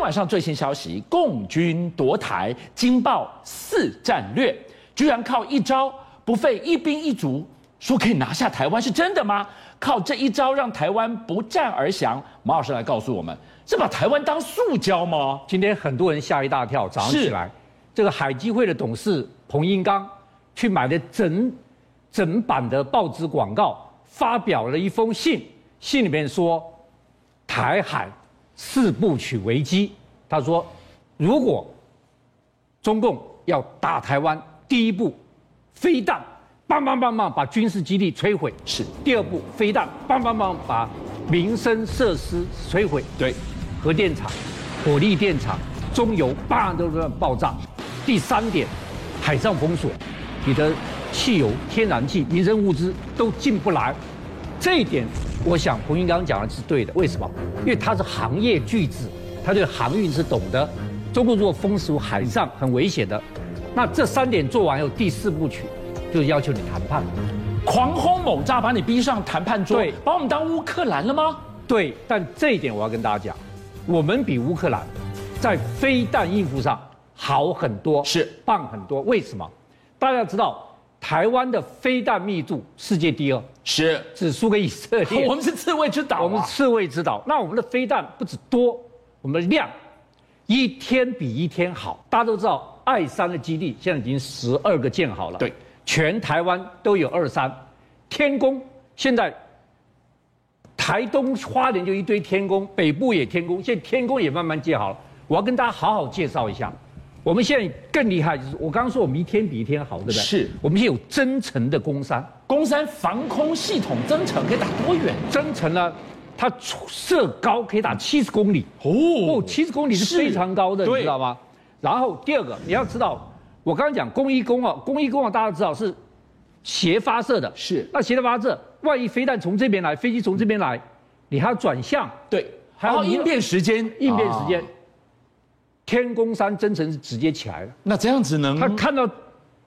晚上最新消息，共军夺台，惊爆四战略，居然靠一招不费一兵一卒，说可以拿下台湾，是真的吗？靠这一招让台湾不战而降，马老师来告诉我们，是把台湾当塑胶吗？今天很多人吓一大跳，早上起来，这个海基会的董事彭英刚去买的整整版的报纸广告，发表了一封信，信里面说台海四部曲危机。他说，如果中共要打台湾，第一步，飞弹，棒棒棒棒把军事基地摧毁；是第二步，飞弹，棒棒棒把民生设施摧毁。对，核电厂、火力电厂、中油，叭都乱爆炸。第三点，海上封锁，你的汽油、天然气、民生物资都进不来。这一点，我想彭云刚讲的是对的。为什么？因为他是行业巨子，他对航运是懂的。中国如果封锁海上，很危险的。那这三点做完以后，第四部曲就是要求你谈判。狂轰猛炸把你逼上谈判桌对，把我们当乌克兰了吗？对，但这一点我要跟大家讲，我们比乌克兰在飞弹应付上好很多，是棒很多。为什么？大家知道，台湾的飞弹密度世界第二，是，只输给以色 列。我们是自卫之岛、啊，我们刺猬之岛。那我们的飞弹不止多，我们的量一天比一天好。大家都知道，爱三的基地现在已经十二个建好了，对，全台湾都有二三。天宫现在台东花莲就一堆天宫，北部也天宫，现在天宫也慢慢建好了。我要跟大家好好介绍一下，我们现在更厉害，就是我刚刚说我们一天比一天好，对不对？是我们现在有增程的工山。攻山防空系统增程可以打多远？增程呢，它出射高可以打七十公里哦哦，七十公里是是非常高的，你对知道吗？然后第二个你要知道，我刚刚讲工一工啊，工一工啊，大家知道是斜发射的，是那斜的发射，万一飞弹从这边来，飞机从这边来，你还要转向，对，还还有要你应变时间，应变时间啊。天宫山增程是直接起来了，那这样子能他看到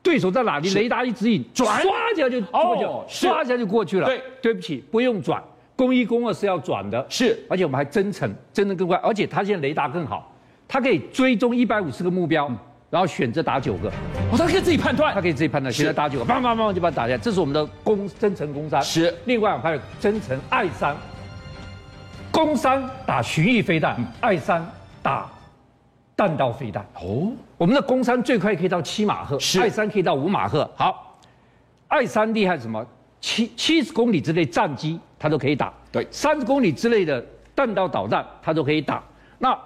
对手在哪里，雷达一指引，嗯转唰一下就过去了哦，是唰一下就过去了。对，对不起，不用转，工一工二是要转的。是而且我们还增程，增程更快，而且它现在雷达更好，它可以追踪一百五十个目标，然后选择打九个，嗯哦，他可以自己判它断。可以自己判断，是选择打九个，砰砰砰就把它打下来。这是我们的攻增程攻山。是另外我们还有增程爱山，攻山打巡弋飞嗯弹，爱山打弹道飞弹。哦，我们的攻山最快可以到七马赫，是爱山可以到五马赫。好，爱山厉害什么？七七十公里之内战机它都可以打，对三十公里之内的弹道导弹它都可以打。那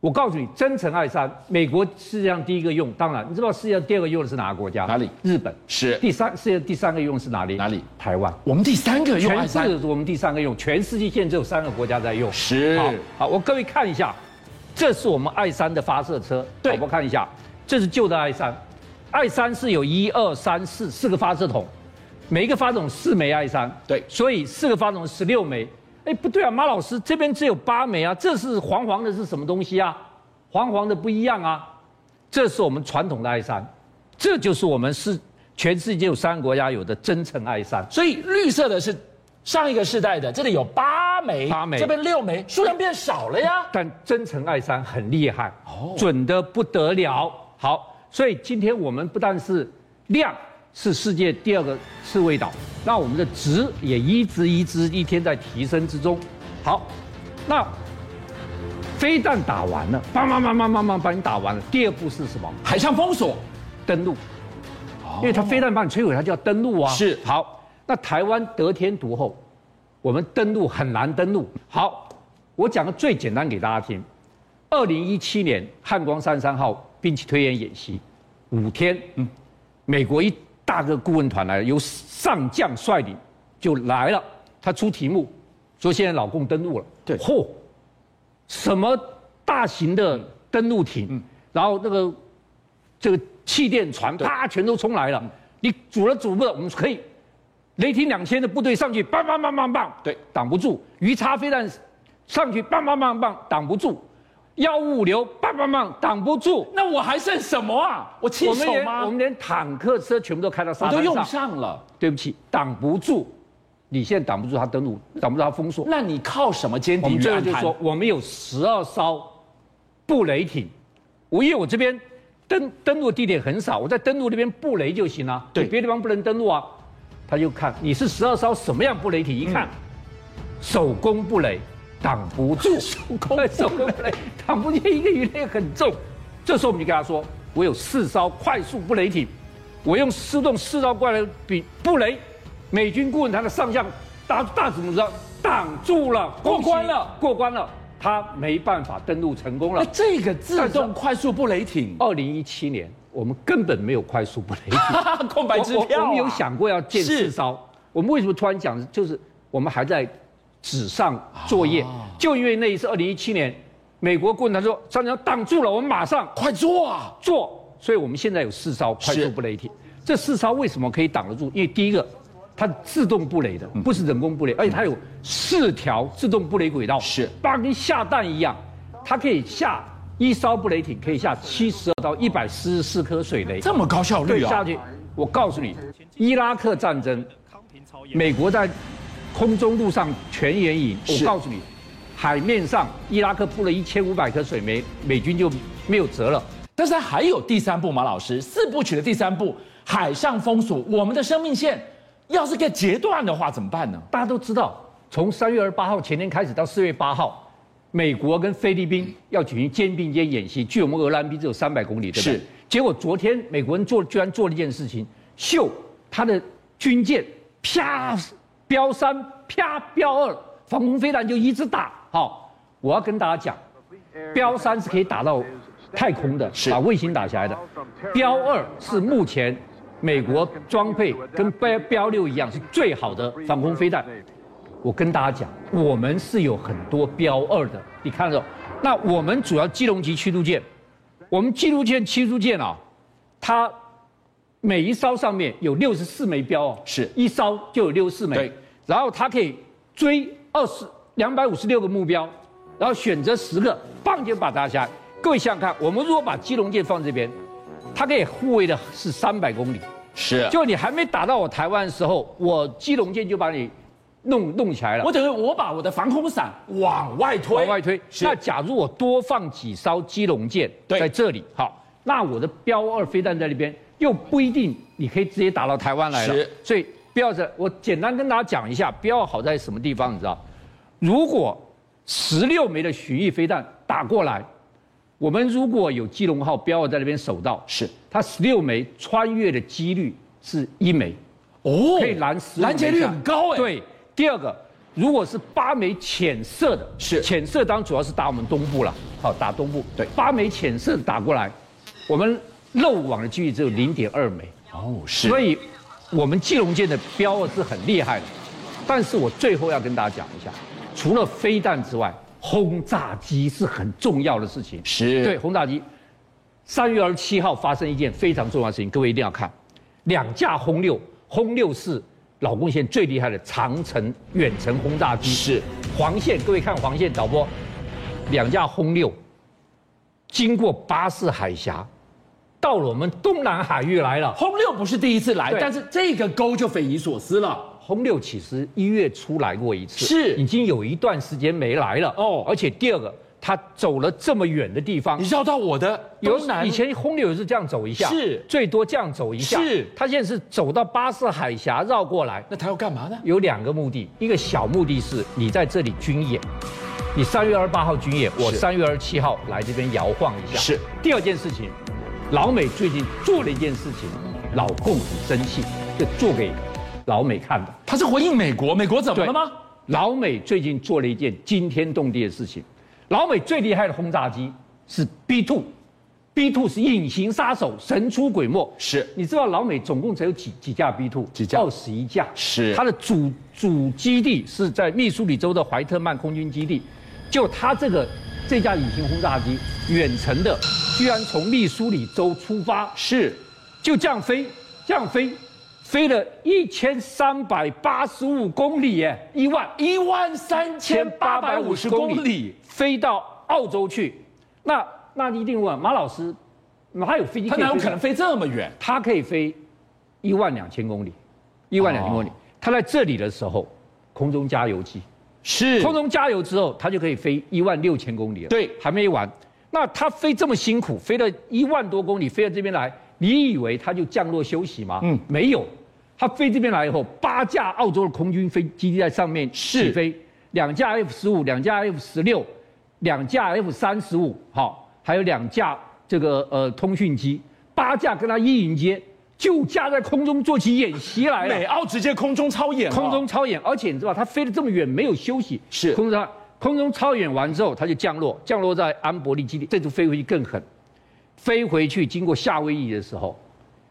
我告诉你，真诚爱山，美国世界上第一个用，当然你知道世界上第二个用的是哪个国家？哪里日本。是第三世界第三个用的是哪里？哪里？台湾。我们第三个用全爱世三界是我们第三个用，全世界现在只有三个国家在用。是好，好，我各位看一下，这是我们爱三的发射车，对好我看一下，这是旧的爱三，爱三是有一二三四四个发射筒，每一个发射筒四枚爱三，对所以四个发射筒十六枚。哎，不对啊，马老师这边只有八枚啊，这是黄黄的是什么东西啊？黄黄的不一样啊，这是我们传统的爱三，这就是我们是全世界有三个国家有的真诚爱三。所以绿色的是上一个世代的，这里有八枚，八枚这边六枚，数量变少了呀。但真诚爱山很厉害，准的不得了。好，所以今天我们不但是量是世界第二个刺猬岛，那我们的值也一直一直一天在提升之中。好，那飞弹打完了，棒棒棒棒棒棒把你打完了，第二步是什么？海上封锁登陆，因为它飞弹把你摧毁，它就要登陆啊。是哦好，那台湾得天独厚，我们登陆很难登陆。好，我讲个最简单给大家听。二零一七年汉光三三号兵器推演演习，五天，嗯，美国一大个顾问团来了，由上将率领就来了，他出题目说现在老共登陆了，对嚯，什么大型的登陆艇，嗯然后那个这个气垫船啪全都冲来嗯了，你阻了阻不了，我们可以。雷霆两千的部队上去，棒棒棒棒棒，对，挡不住；鱼叉飞弹上去，棒棒棒棒，挡不住；幺五五流，棒棒棒，挡不住。那我还剩什么啊？我我弃们守连吗？我们连坦克车全部都开到沙我滩上，都用上了，对不起，挡不住。你现在挡不住他登陆，挡不住他封锁。那你靠什么歼我敌与们最后暗就谈说，我们有十二艘布雷艇。我因为我这边登登陆地点很少，我在登陆那边布雷就行了、啊对你别的地方不能登陆啊。他就看你是十二艘什么样布雷艇，一看、手工布雷挡不住，嗯手工布雷 手工布雷挡不住，一个鱼雷很重。这时候我们就跟他说，我有四艘快速布雷艇，我用四栋四艘快雷比布雷，美军顾问团的上将大大指挥官挡住了，过恭喜关了过关了，他没办法登陆成功了那。哎这个自动快速布雷艇，二零一七年我们根本没有快速布雷艇。 空白支我票、啊我我们有想过要建是四艘，我们为什么突然讲？就是我们还在纸上作业，啊就因为那一次二零一七年，美国共产党说张强挡住了，我们马上快做啊！做，所以我们现在有四艘快速布雷艇。这四艘为什么可以挡得住？因为第一个，它自动布雷的，嗯不是人工布雷，而且它有四条自动布雷轨道，是八跟下蛋一样，它可以下一艘布雷艇可以下七十二到一百四十四颗水雷。这么高效对率下啊！去，我告诉你，伊拉克战争，美国在空中陆上全掩营。是我告诉你，海面上伊拉克铺了一千五百颗水煤，美军就没有辙了。但是它还有第三部，马老师四部曲的第三部《海上封锁》，我们的生命线要是给截断的话怎么办呢？大家都知道，从三月二十八号前天开始到四月八号，美国跟菲律宾要举行肩并肩演习，距我们俄兰比只有三百公里，对不对？是结果昨天美国人做居然做了一件事情，秀他的军舰啪标三啪标二防空飞弹就一直打。好，我要跟大家讲，标三是可以打到太空的，是把卫星打下来的。标二是目前美国装配跟标标六一样是最好的防空飞弹。我跟大家讲，我们是有很多标二的，你看到没有？那我们主要基隆级驱逐舰，我们基隆舰驱逐舰啊，它每一艘上面有六十四枚标哦，是一艘就有六十四枚，对然后它可以追二十两百五十六个目标，然后选择十个，棒就把它打下来。各位想想看，我们如果把基隆舰放这边，它可以护卫的是三百公里，是就你还没打到我台湾的时候，我基隆舰就把你弄弄起来了我。等于我把我的防空伞往外推，往外推。是那假如我多放几艘基隆舰对在这里，好，那我的标二飞弹在那边又不一定你可以直接打到台湾来了是。所以不要这，我简单跟大家讲一下，标二好在什么地方，你知道？如果十六枚的巡弋飞弹打过来，我们如果有基隆号标二在那边守到，是它十六枚穿越的几率是一枚。哦，可以拦十五拦截率枚下很高哎。，对，第二个，如果是八枚浅色的，是浅色，当然主要是打我们东部了，好打东部。对八枚浅色打过来，我们漏网的距离只有零点二枚，哦是所以我们基隆舰的标二是很厉害的。但是我最后要跟大家讲一下，除了飞弹之外，轰炸机是很重要的事情。是对，轰炸机。三月二十七号发生一件非常重要的事情，各位一定要看，两架轰六，轰六是老共线最厉害的长城远程轰炸机，是黄线，各位看黄线导播，两架轰六经过巴士海峡，到了我们东南海域来了。轰六不是第一次来，对但是这个钩就匪夷所思了。轰六其实一月初来过一次，是已经有一段时间没来了哦而且第二个，他走了这么远的地方你，绕到我的有东南以前轰六也是这样走一下，是最多这样走一下，是他现在是走到巴士海峡绕过来，那他要干嘛呢？有两个目的，一个小目的是你在这里军演，你三月二十八号军演，我是三月二十七号来这边摇晃一下。是。第二件事情，老美最近做了一件事情，老共很生气，就做给老美看的。他是回应美国，美国怎么了吗？老美最近做了一件惊天动地的事情，老美最厉害的轰炸机是 B two。B two 是隐形杀手，神出鬼没。是你知道老美总共只有几几架 B two？几架二十一架。是它的主主基地是在密苏里州的怀特曼空军基地。就它这个这架隐形轰炸机，远程的，居然从密苏里州出发，是就这样飞，这样飞，飞了一千三百八十五公里耶，一万一万三千八百五十公里，飞到澳洲去。那那你一定问马老师，哪有飞机他可以哪有飞可能？飞这么远？它可以飞一万两千公里，一万两千公里哦。它在这里的时候，空中加油机，是空中加油之后，它就可以飞一万六千公里了。对还没完，那他飞这么辛苦，飞了一万多公里，飞到这边来，你以为他就降落休息吗？嗯没有，他飞这边来以后，八架澳洲的空军飞机在上面是起飞，两架 F 十五，两架 F 十六，两架 F 三十五，好，还有两架这个呃通讯机，八架跟他一迎接，就架在空中做起演习来了美。澳直接哎空中操演、啊空中，超演，而且你知道它飞得这么远没有休息，是空中超空中超演完之后，它就降落，降落在安伯利基地，这次飞回去更狠，飞回去经过夏威夷的时候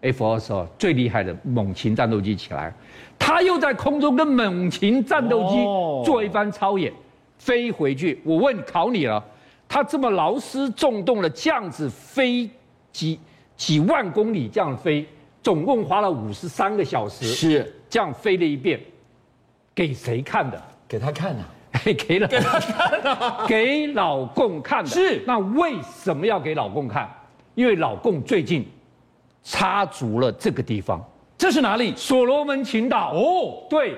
，F 二十二最厉害的猛禽战斗机起来，它又在空中跟猛禽战斗机哦做一番超演，飞回去，我问考你了，它这么劳师重动的这样子飞几几万公里这样飞，总共花了五十三个小时，是这样飞了一遍，给谁看的？ 给他看啊，给老 给老共看的。是那为什么要给老共看？因为老共最近插足了这个地方，这是哪里？所罗门群岛。哦，对，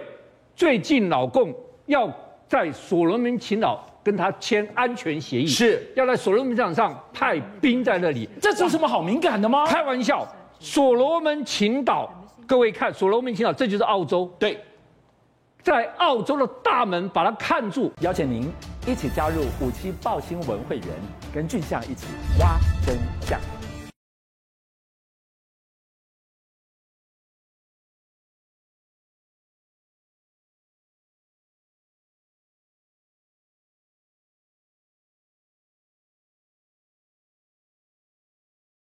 最近老共要在所罗门群岛跟他签安全协议，是要在所罗门群岛上派兵在那里。这有什么好敏感的吗？开玩笑，所罗门群岛，各位看，所罗门群岛，这就是澳洲。对，在澳洲的大门把它看住，邀请您一起加入五七报新闻会员，跟俊相一起挖真相。